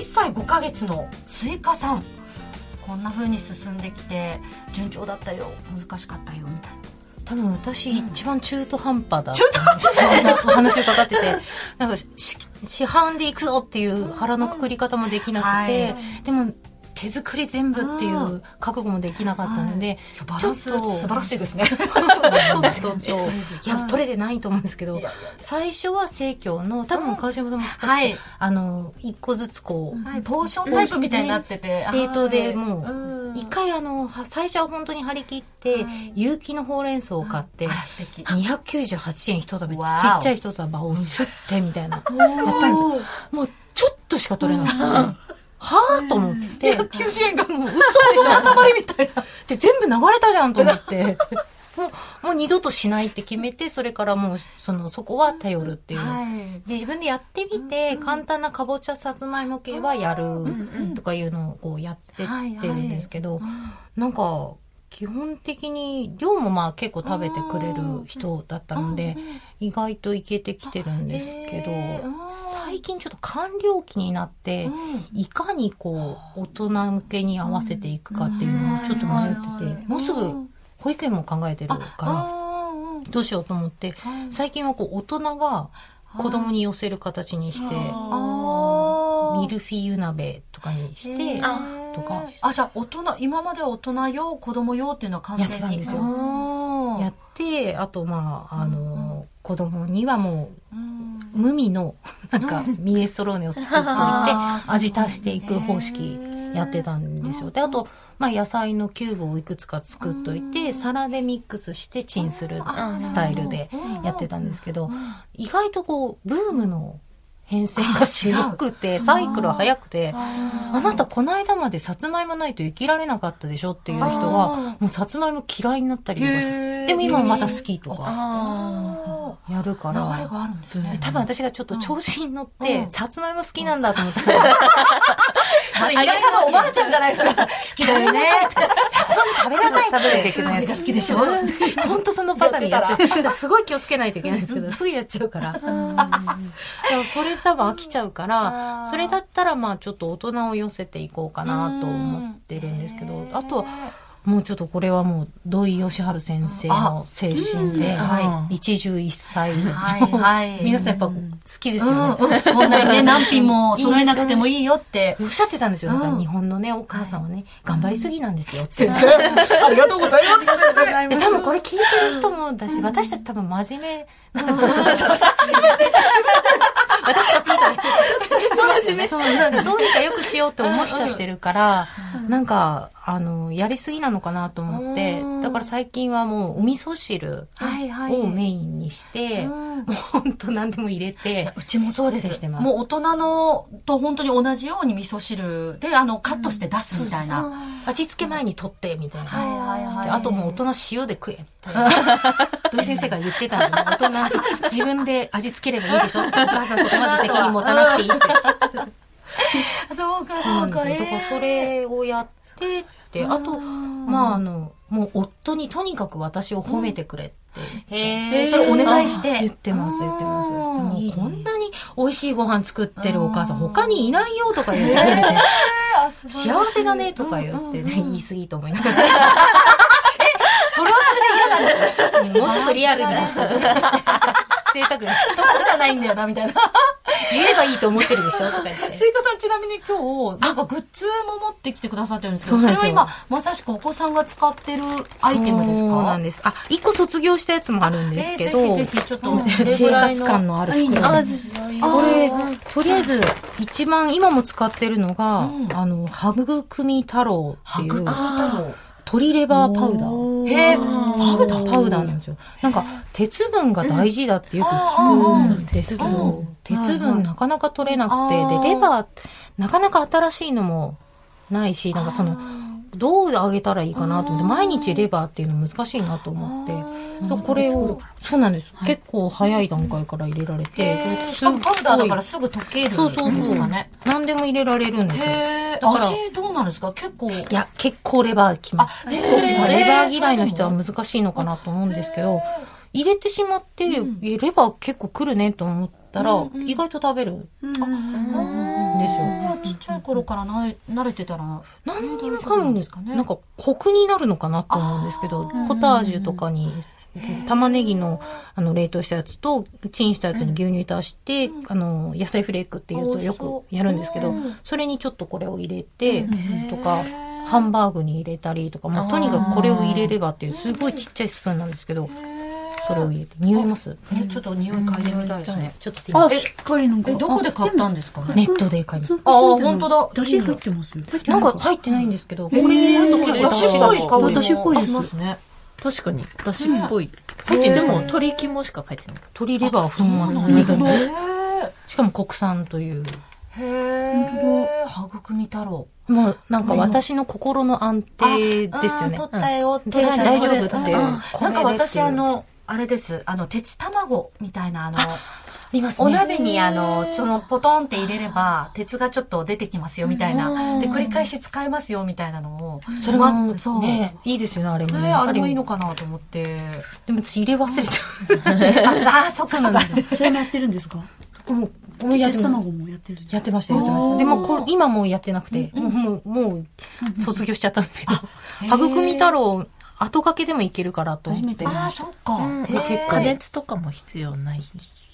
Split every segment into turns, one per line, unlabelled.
歳5ヶ月のスイカさんこんな風に進んできて順調だったよ難しかったよみたいな
多分私
うん
一番中途半端だ、
中途半端
そんな話を伺っててなんかし市販で行くぞっていう腹のくくり方もできなくて、
は
でも手作り全部っていう覚悟もできなかったの で、
今日バランス
ちょっと
素晴らしいですね
ちょっといや
はい
取れてないと思うんですけど
いやい
最初は生協の多分川島さんも使って、
はい
あの一個ずつこ う、
はいポーションタイプみたいになってて
冷凍でもう
う
一回あのは最初は本当に張り切って、
はい
有機のほうれん草を買って、
あら素敵
298円一束ちっ
わお
ちゃい一束を吸ってみたいな
おー
もうちょっとしか取れなくて、はぁと思ってもう
190円が
嘘でしょ
塊みたいな
で全部流れたじゃんと思って。もう、もう二度としないって決めて、それからもう、その、そこは頼るっていう。
はい
で、自分でやってみて、簡単なかぼちゃさつまいも系はやるとかいうのをこうやってってるんですけど、なんか、基本的に量もまあ結構食べてくれる人だったので、意外といけてきてるんですけど
あへーうん、
最近ちょっと完了期になって、いかにこう大人向けに合わせていくかっていうのをちょっと迷っててもうすぐ保育園も考えてるから
あ
どうしようと思って
ー
最近はこう大人が子供に寄せる形にして
あ
ミルフィーユ鍋とかにして
へー
とか
あじゃあ大人今までは大人用子供用っていうのは完全に
やってたんですよ
よ
やってあとまああの子供にはもう無 味のなんかミネストローネを作っといて
あー
味足していく方式やってたんですよ。で、あと、まあ、野菜のキューブをいくつか作っといて、皿でミックスしてチンするスタイルでやってたんですけど、意外とこう、ブームの変遷が強くて、サイクルは早くて、あなたこの間までさつまいもないと生きられなかったでしょっていう人は、もうさつまいも嫌いになったりとかして
へー
でも今はまた好きとか
あ
あ
やるか
ー流れ
ら、
があるんですね
多分私がちょっと調子に乗っ
う
て
ん、
さつまいも好きなんだと思って、
それ意外なおばあちゃんじゃないですか好きだよね
食べなさい食べなきゃいけない
これが好きでしょ
本当そのパターンやっちゃう。だからすごい気をつけないといけないんですけど、すぐやっちゃうから。でもそれ多分飽きちゃうから
あ、ー
それだったらまあちょっと大人を寄せていこうかなと思ってるんですけど、あとは、もうちょっとこれはもう土井善晴先生の精神性、はい、11歳の
はいはい
皆さんやっぱ好きですよね。
うんうんそんなにね何品も揃えなくてもいいよって
おっしゃってたんですよ。だか
う
ら
ん
日本のね、お母さんはね、頑張りすぎなんですよって。
先生ありがとうございます先生
で多分これ聞いてる人もだし、私たち多分真面目なんですよ。私たちみたいな。そうなんかどうにかよくしようって思っちゃってるから、なんか、あの、やりすぎなのかなと思って
うん、
だから最近はもうお味噌汁
はいはい
をメインにして、も
うん
うほんと何でも入れて、
うちもそうです
してます
もう大人のと本当に同じように味噌汁であのカットして出すみたいな、
味付け前に取って、みたいな。
はいはいはい
してあともう大人塩 で食え、みたいな。土井先生が言ってたんで、大人、自 分で味付ければいいでしょって、お母さんそこまで責任持たなくていいって。
そうか
そ
そう
うな
ん
です
か、
よ。だからそれをやってって、あと、まああの、もう夫にとにかく私を褒めてくれって
えーへーそれお願いして
言ってます、言ってます。
あー
も
いうい
い
ね
こんなに美味しいご飯作ってるお母さん他にいないよとか言ってくれて、
あすごい
幸せだねとか言ってね、言い過ぎと思いながら。
それはそれで嫌なんです
うんもうちょっとリアルに 出して。 贅沢です。
そこじゃないんだよなみたいな
言えばいいと思ってるでしょとか言って
ス。イカさんちなみに今日、なんかグッズも持ってきてくださってるんですけど、
そう
そ
なん
れ
です
は
よ
今、まさしくお子さんが使ってる アイテムですか
そうなん
で
です。あ、一個卒業したやつもあるんですけど、
えーぜひぜひちょっと
うん生活感のある服なんです。これ、とりあえず、一番今も使ってるの
う
が、
ん
あの、ハグクミ太郎っていう、
あ
鶏レバーパウダー。
へえ、パウダー
パウダーなんですよ。なんか、鉄分が大事だってよく聞くんですけ
うんうんう
ど、鉄分なかなか取れなくて、
あー
で、レバー、なかなか新しいのもないし、なんかその、どうあげたらいいかなと思って、毎日レバーっていうの難しいなと思って、そうこれを、そうなんです。結構早い段階から入れられて
へえ、、
す
し
っ
か
ご
も
い
パウダーだからすぐ溶けるんです
そ
か
う
ね。
そうそう。何でも入れられるんですよ。
へえ、
だから
味どうなんですか結構。
いや、結構レバーき
あ
ま、す。
結構
まあレバー嫌いの人は難しいのかなと思うんですけど、入れてしまって、いやレバー結構来るねと思ったら、意外と食べるん
ー
でですよ。
ちっちゃい頃からなれ慣れてたら
何にもかもですかね。なんかコクになるのかなと思うんですけど、ポタージュとかに玉ねぎのあの冷凍したやつとチンしたやつに牛乳足して、あの野菜フレークっていうやつをよくやるんですけど、それにちょっとこれを入れてとか。ハンバーグに入れたりとか、まあ、とにかくこれを入れればっていう、すごいちっちゃいスプーンなんですけど、それを入れて、匂います、
ね、ちょっと匂い嗅いでみたいですね。
ちょっ
と
あ、
しっかりなんか。え、どこで買ったんですか
ネットで買いました。あ、
本当だ。
だし入ってます
なんか入ってないんですけど、これ入れると結構だしが。
だしっぽい
しますね。確かに、だしっぽい。入って、でも鶏肝しか書いてない。
鶏レバーそのままですね。しかも国産という。
へえ。はぐくみ太郎。
もうなんか私の心の安定ですよね。
取ったよ、
取った大丈夫って。
なんか私あの、あれです。あの、鉄卵みたいなあの、お鍋にあの、そのポトンって入れれば、鉄がちょっと出てきますよみたいな。で、繰り返し使えますよみたいなのを。
それも、そう。いいですよね、あれも。
ねあれもいいのかなと思って。
でも私入れ忘れちゃう。
あ、そっかそっか。
それもやってるんですか
もう
やって卵もやってる
やってました、やってました。でもこれ、今もうやってなくて、もう、もう、卒業しちゃったんですけど、育み太郎、後掛けでもいけるからと思って。
ああ、そっか。
結果、加熱とかも必要ない。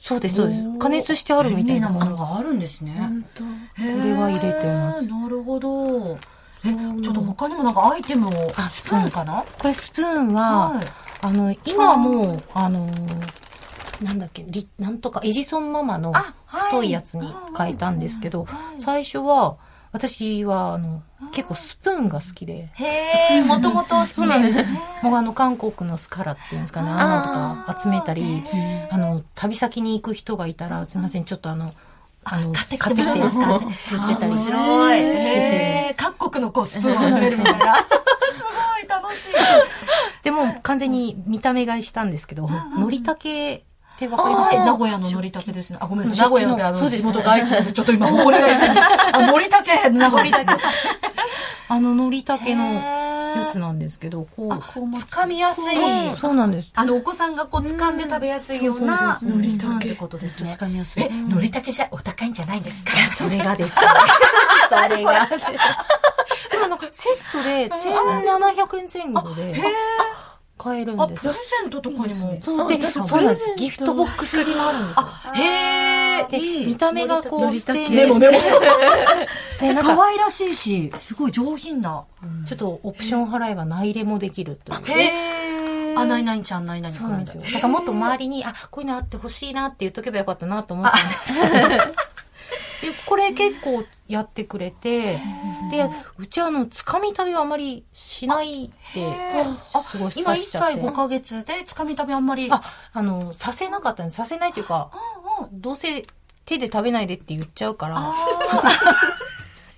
そうです、そうです。加熱してあるみたい
なものがあるんですね。
これは入れてます。
なるほど。え、ちょっと他にもなんかアイテムを、スプーンかな
これスプーンは、あの、今も、あの、なんだっけ、り、なんとか、エジソンママの太いやつに変えたんですけど、最初は、私は、あの、結構スプーンが好きで。
へえ、もともと好き
なんです。もうあの、韓国のスカラっていうんですかね、あのとか集めたり、あの、旅先に行く人がいたら、すいません、ちょっとあの、あの、買ってきてますかって言ってたりして
て。各国のこう、スプーンを集め るみたいな。すごい楽しい。
でも、完全に見た目買いしたんですけど、のりたけ、
手分かりません。名古屋ののりたけですね。あ、ごめんなさい。名古屋ってあの、地元が愛知なんで、ちょっと今、これがあ、のりたけ名古屋
あの、のりたけのやつなんですけど、こ
う。つかみやすい。
そうなんです。
あの、お子さんがこう、掴んで食べやすいような、のりたけってことですね。つかみやすい。え、のりたけじゃお高いんじゃないんですか
それがですね。それが。でもなんか、セットで1700円前後で。買えるんです。
プレゼントとかにも。
そうで、そうなんです。ギフトボックス売りもあるんですよ。
あ、へ
え。見た目がこう、ステン
レス。メモメモ。可愛らしいし、すごい上品な。
ちょっとオプション払えば内入れもできるという。
へあ、ないないちゃん、ないない
そうなんですよ。だからもっと周りに、あ、こういうのあってほしいなって言っとけばよかったなと思ったんですこれ結構やってくれて、で、うちあの、つかみ旅はあまりしないで、
過ごし今1歳5ヶ月で、つかみ旅あんまり。
あ、あの、させなかったんです。させないっていうか、どうせ手で食べないでって言っちゃうから。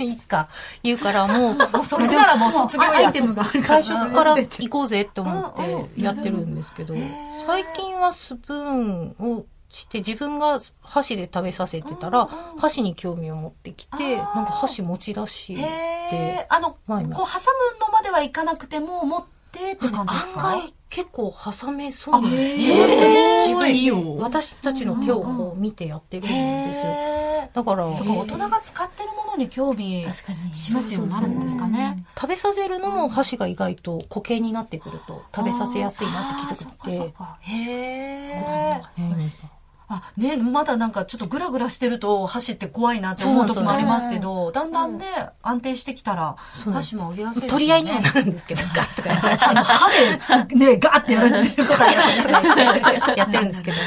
いつか言うからも
う、それなら もう卒業アイテムが
最初から行こうぜって思ってやってるんですけど、最近はスプーンをして自分が箸で食べさせてたら、箸に興味を持ってきて、なんか箸持ち出しで。
あの、こう挟むのまではいかなくても、持ってって感じですか
案外結構挟めそうな。えー、私たちの手をこう見てやってるんですよ。だから。
そうか、大人が使ってるものに興味しますようになるんですかね。
食べさせるのも箸が意外と固形になってくると、食べさせやすいなって気づくて。そうか、
へえ。あ、ね、まだなんかちょっとグラグラしてると箸って怖いなって思う時もありますけど、だんだんね、安定してきたら、箸も上げやすい、
取り合いにはなるんですけ ど、ガッとかやら
あの、歯で、ね、ガッてやるっていうことは
やってるんですけど。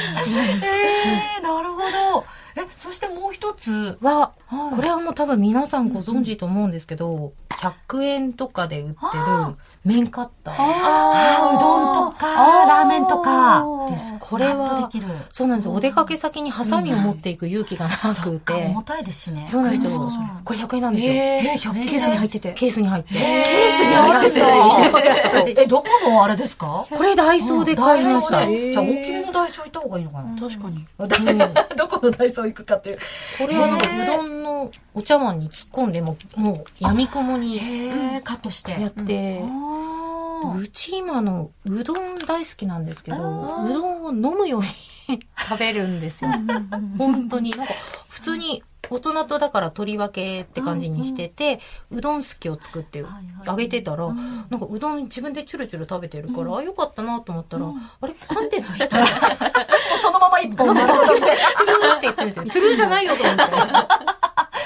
えー、なるほど。え、そしてもう一つ
は、これはもう多分皆さんご存知と思うんですけど、100円とかで売ってる麺カッター。
ああ、うどんとか、ラーメンとか。
です。これは、そうなんですよ。お出かけ先にハサミを持っていく勇気がなくて。
重たいですしね。
そうなんですよ。これ100円なんですよ。
えー、
ケースに入ってて。ケースに入って。ケー
スに入ってて。え、どこのあれですか
これダイソーで買いました。
じゃあ大きめのダイソー行った方がいいのかな
確かに。
どこのダイソー行くかっていう。
これはなんかうどんのお茶碗に突っ込んでも、もう闇雲に。
カットして。
やって。うち今のうどん大好きなんですけど、う どんを飲むように食べるんですよ。本当に。なんか、普通に大人とだから取り分けって感じにしてて、うどんすきを作って
はいはい
あげてたら、
うん
なんかうどん自分でチュルチュル食べてるから、あよかったなと思ったら、あれ噛んで ない人
そのまま一本。
トゥルーって言ってるトゥルーじゃないよと思って。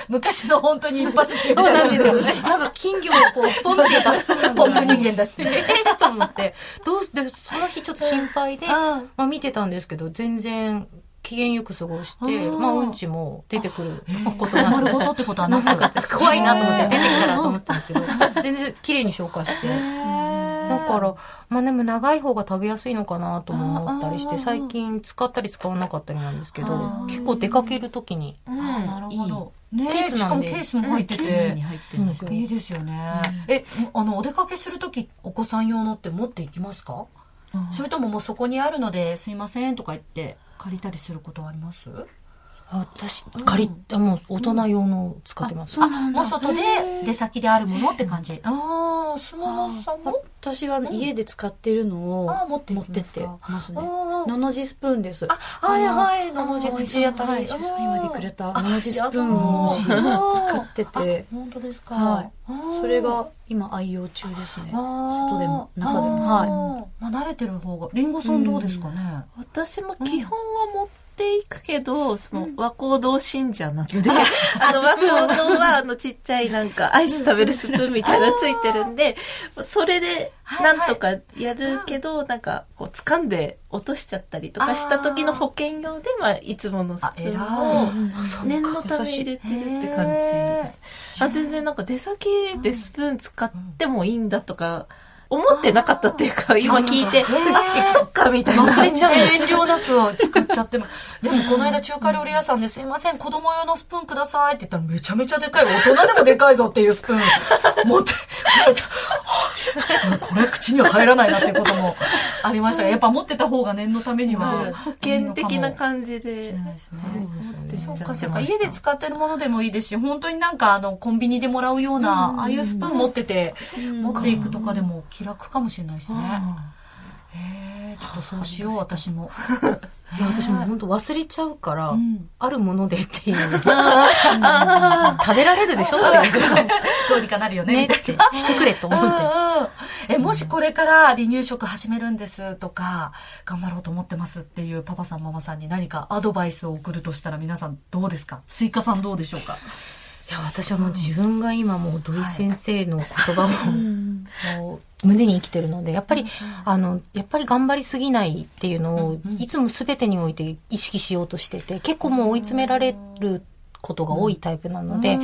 昔の本当に一発切れみ
そう
た
ないんですよ。 なんか金魚をこう、ポンって 出すの
ポン
が
と人間出す
ええと思って。どうす、で、その日ちょっと心配で、
ああ
まあ見てたんですけど、全然、機嫌よく過ごして、
ああ
まあうんちも出てくることな
丸
く
ごとってことはなかったです
怖いなと思って出て
き
きたらと思ったんですけど、全然綺麗に消化して。だから、まあでも長い方が食べやすいのかなとも思ったりし
あ
て、
あ
最近使ったり使わなかったりなんですけ
あ
ど
あ、
結構出かける時に。
うん
なるほど。ね
ケースなんで
しかもケースも入って
ケースに
て。
入ってるの
うん
いいですよね。え、あの、お出かけするとき、お子さん用のって持っていきますか
うん
それとももうそこにあるのですいませんとか言って借りたりすることはあります
私、借り、あもう大人用の使ってます。
なん
もう外で出先であるものって感じ。ああ、スマホさんも
私は家で使ってるのを
あー持ってい
持っ
きま
てっ
すか
てますね。
あー
のの字スプーンです。
あ、はいはい、のの字口当た
は
り。
い、13位までくれた
あ
のの字スプーンを
やだー
使ってて、
本当ですか。
はい
あー
それが今愛用中ですね。
あー
外でも中でも。
あ
はい。
ーまあ慣れてる方が、リンゴさんどうですかね。
私も基本は持っていくけど、その和光堂信者な んで、あの和光堂はあのちっちゃいなんかアイス食べるスプーンみたいなのついてるんで、それで
はいは
ないんとかやるけど、なんかこう掴んで落としちゃったりとかした時の保険用で、まあいつものスプー
あ偉い
ンを念のため入れてるって感じです。あ全然なんか出先でスプーン使ってもいいんだとか、思ってなかったっていうか、今聞いて、あ、そっかみたいな。
忘れちゃうんです遠慮なく作っちゃっても。でもこの間中華料理屋さんですいません、子供用のスプーンくださいって言ったらめちゃめちゃでかい、大人でもでかいぞっていうスプーン持って、 すごいこれ口には入らないなっていうこともありましたが、やっぱ持ってた方が念のためには。
保険的な感じ
じ
で
ないですね。
出ちゃ
そ
っ
う
て
か
ま
そ
し
う
た
か。家で使ってるものでもいいですし、本当になんかあの、コンビニでもらうような、ああいうスプーン持ってて、持っていくとかでも気楽かもしれないですね。へえ、ちょっとそうしよう、私も。
いや、私も本当忘れちゃうから、
ん
あるものでって いう。 食べられるでしょっていう
どうにかなるよね、
ね
み
った
い
て
な。
してくれと思って。
うんうんえ、もしこれから離乳食始めるんですとか、頑張ろうと思ってますっていうパパさんママさんに何かアドバイスを送るとしたら皆さんどうですかスイカさんどうでしょうか
いや、私はもう自分が今もう土井先生の言葉を、もう胸に生きてるので、やっぱり、あの、やっぱり頑張りすぎないっていうのを、いつも全てにおいて意識しようとしてて、結構もう追い詰められることが多いタイプなので、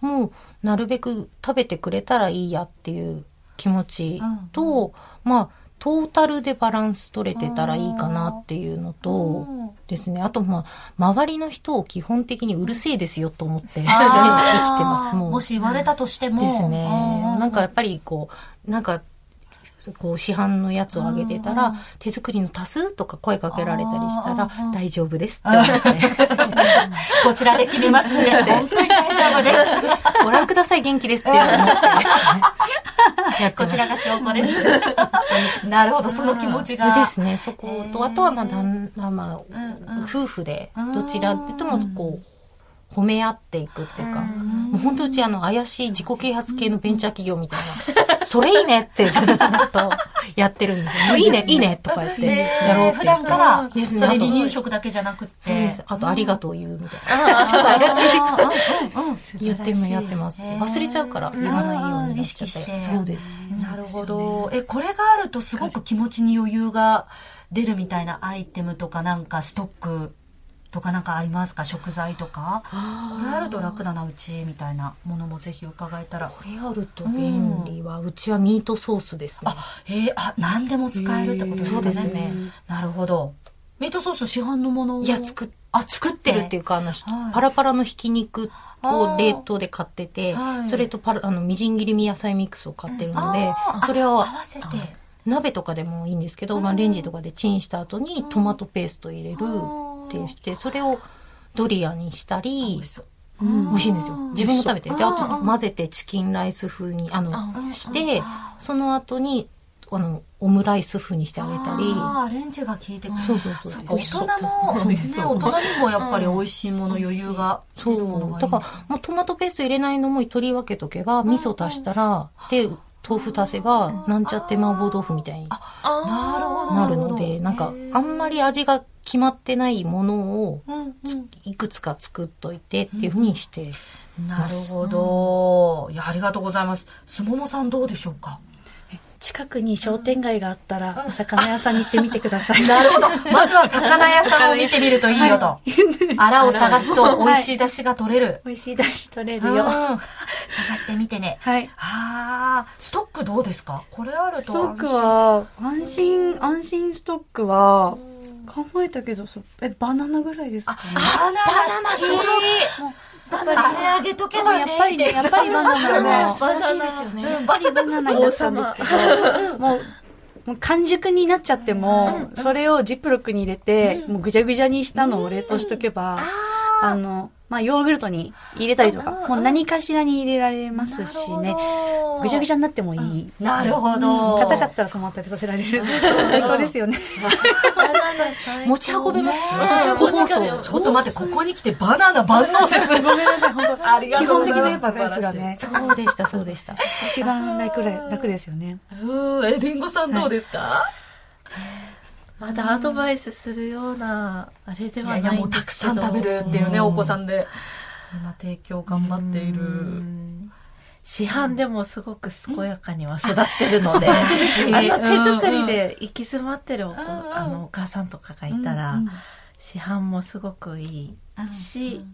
もうなるべく食べてくれたらいいやっていう気持ちと、まあ、トータルでバランス取れてたらいいかなっていうのとですね。あと、まあ、周りの人を基本的にうるせえですよと思 って生きてます。もう
もし言われたとしても。
ですね
う。
なんかやっぱりこう、なんか、こう市販のやつをあげてたら、手作りの足すとか声かけられたりしたら、大丈夫ですって思って、
こちらで決めます ね。本当に大丈夫です。
ご覧ください元気ですっていうのを思ってやって
こ
ま
ち
す
らが証拠 です。なるほど、その気持ちが。
ですね、そこ
へー
と、あとはまあ、旦那、まあ
うんうん、
夫婦で、どちらともこう、褒め合っていくっていうか、もう本当うちあの、怪しい自己啓発系のベンチャー企業みたいな、それいいねってずっとやってるんで すよ。いいね、いいねとか言って、
ね
やろうって。
普段から、そ
で
れ
すね
離乳食だけじゃなくって。
そうです。あと、ありがとう言うみた いな。ちょっと怪しい。言ってもやってます。忘れちゃうから、言わないようになっちゃって。
うん意識して
そうです。
なるほど。え、これがあるとすごく気持ちに余裕が出るみたいなアイテムとかなんかストックとかなんかありますか食材とか。これあると楽だな、うち、みたいなものもぜひ伺えたら。
これあると便利は、うちはミートソースですね。
あ、へえ、あ、何でも使えるってことです
そ
か
う
ね。
ですね。
なるほど。ミートソース市販のものを
いや、作っ、
あ
作ってるっていうか、あの、ひ
はい
パラパラのひき肉
あー
を冷凍で買ってて
は、い
それとパラ、あの、みじん切りみ野菜ミックスを買ってるので
あ、ー
それを
合わせて。
鍋とかでもいいんですけど、まあ、レンジとかでチンした後にトマトペースト入れる
うん
ってして、それをドリアにしたり、
そう
うん美味しいんですよ。自分が食べて。で、あ
あー
と混ぜてチキンライス風に、あの、して、その後に、あの、オムライス風にしてあげたり。
あーアレンジが効いてくる。
そうそうそう
そっか大人も、ね、大人にもやっぱり美味しいもの、余裕が出るもの
そう。
がいい。
だから、もうトマトペースト入れないのも取り分けとけば、味噌足したら、で、豆腐足せば、なんちゃって麻婆豆腐みたいに
なるほど。
なるので、なんか、あんまり味が決まってないものを、
うんうん
いくつか作っといてっていうふうにして、
なるほど。いや、ありがとうございます。すももさんどうでしょうか
近くに商店街があったら、お魚屋さんに行ってみてください。
なる ほど。まずは魚屋さんを見てみるといいよと。 アラを探すと美味しい出汁が取れる。
美味しい出汁取れ
う
る
ん
よ。
探してみてね。
はい。
あー、ストックどうですかこれあると安
ス
心。
トックは、安心、安心ストックは、考えたけど、そえ、バナナぐらいですか
あ
ね。、
バナナ好きバナナあれあげとけばね。
やっぱりね、やっぱりバナナは素晴らしいですよね。やっぱりバナナになったんですけど、もう、もう完熟になっちゃっても、それをジップロックに入れて、もうぐじゃぐじゃにしたのを冷凍しとけば、あの、まあ、ヨーグルトに入れたりとか、もう何かしらに入れられますしね、ぐじゃぐちゃになってもいい。
なるほど。
硬かったらそのまま食べさせられ る。最高ですよね。
持ち運べますし、
ね
持ち運べます
ちょっと待って、ここに来てバナナ万能説。ごめんなさい、本当ありが
基
とう
本
ござ
的
いま
な
す。
やっぱベースがね、
そうでした、そうでした。
一番楽で楽ですよね。
うん。え、りんごさんどうですか
まだアドバイスするような、あれで
い
はな
や
い
い
んです
や、
けど。
もうたくさん食べるっていうね、お子さんで。今、提供頑張っている。
市販でもすごく健やかには育ってるので、
ん
あの手作り
うん
で行き詰まってるお子、
ん
あのお母さんとかがいたら、市販もすごくいいし、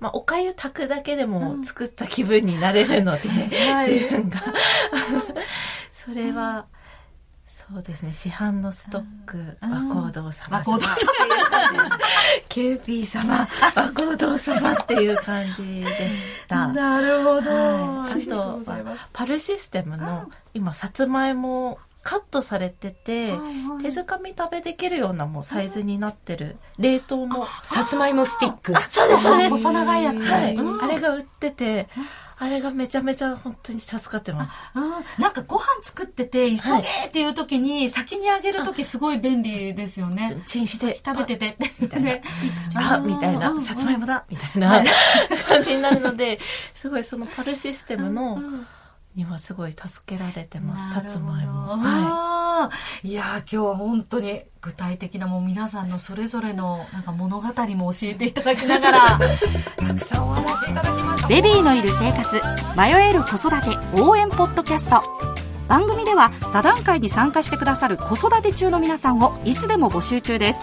まあ、お粥炊くだけでも作った気分になれるので、
はい
自 分が。それは、そうですね、市販のストック、和光堂
和
様。
光 堂様
キューピー様、和光堂様っていう感じでした。
なるほど。
はい、あと
うございま
はパルシステムの今さつまいもカットされてて手づかみ食べできるようなもうサイズになってる冷凍も
さつまいもスティック。
そうです、そうです。細長いやつ。
はい
うん
あれが売っててあれがめちゃめちゃ本当に助かってます
うんなんかご飯作ってて、急げーっていう時に、先にあげる時すごい便利ですよね。
チンして
食べててって。みたい な。
あみたいなさつまいもだみたいな感じになるのですごいそのパルシステムのにはすごい助けられてますさつまいも はい
はいいやー今日は本当に具体的なもう皆さんのそれぞれのなんか物語も教えていただきながら たくさんお話いただきました
ベビーのいる生活迷える子育て応援ポッドキャスト番組では座談会に参加してくださる子育て中の皆さんをいつでも募集中です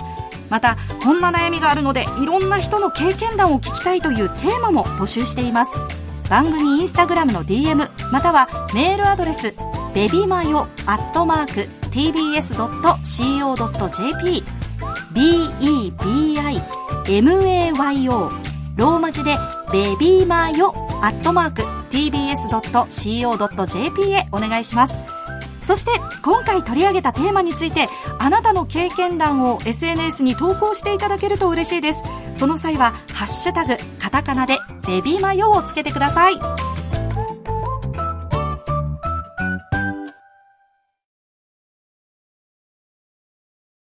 またこんな悩みがあるのでいろんな人の経験談を聞きたいというテーマも募集しています番組インスタグラムの DM またはメールアドレスベビマヨアットマーク tbs.co.jp bebimayo ローマ字でベビーマーよアットマーク tbs.co.jp へお願いしますそして今回取り上げたテーマについてあなたの経験談を SNS に投稿していただけると嬉しいですその際は「ハッシュタグカタカナ」で「ベビーマヨ」をつけてください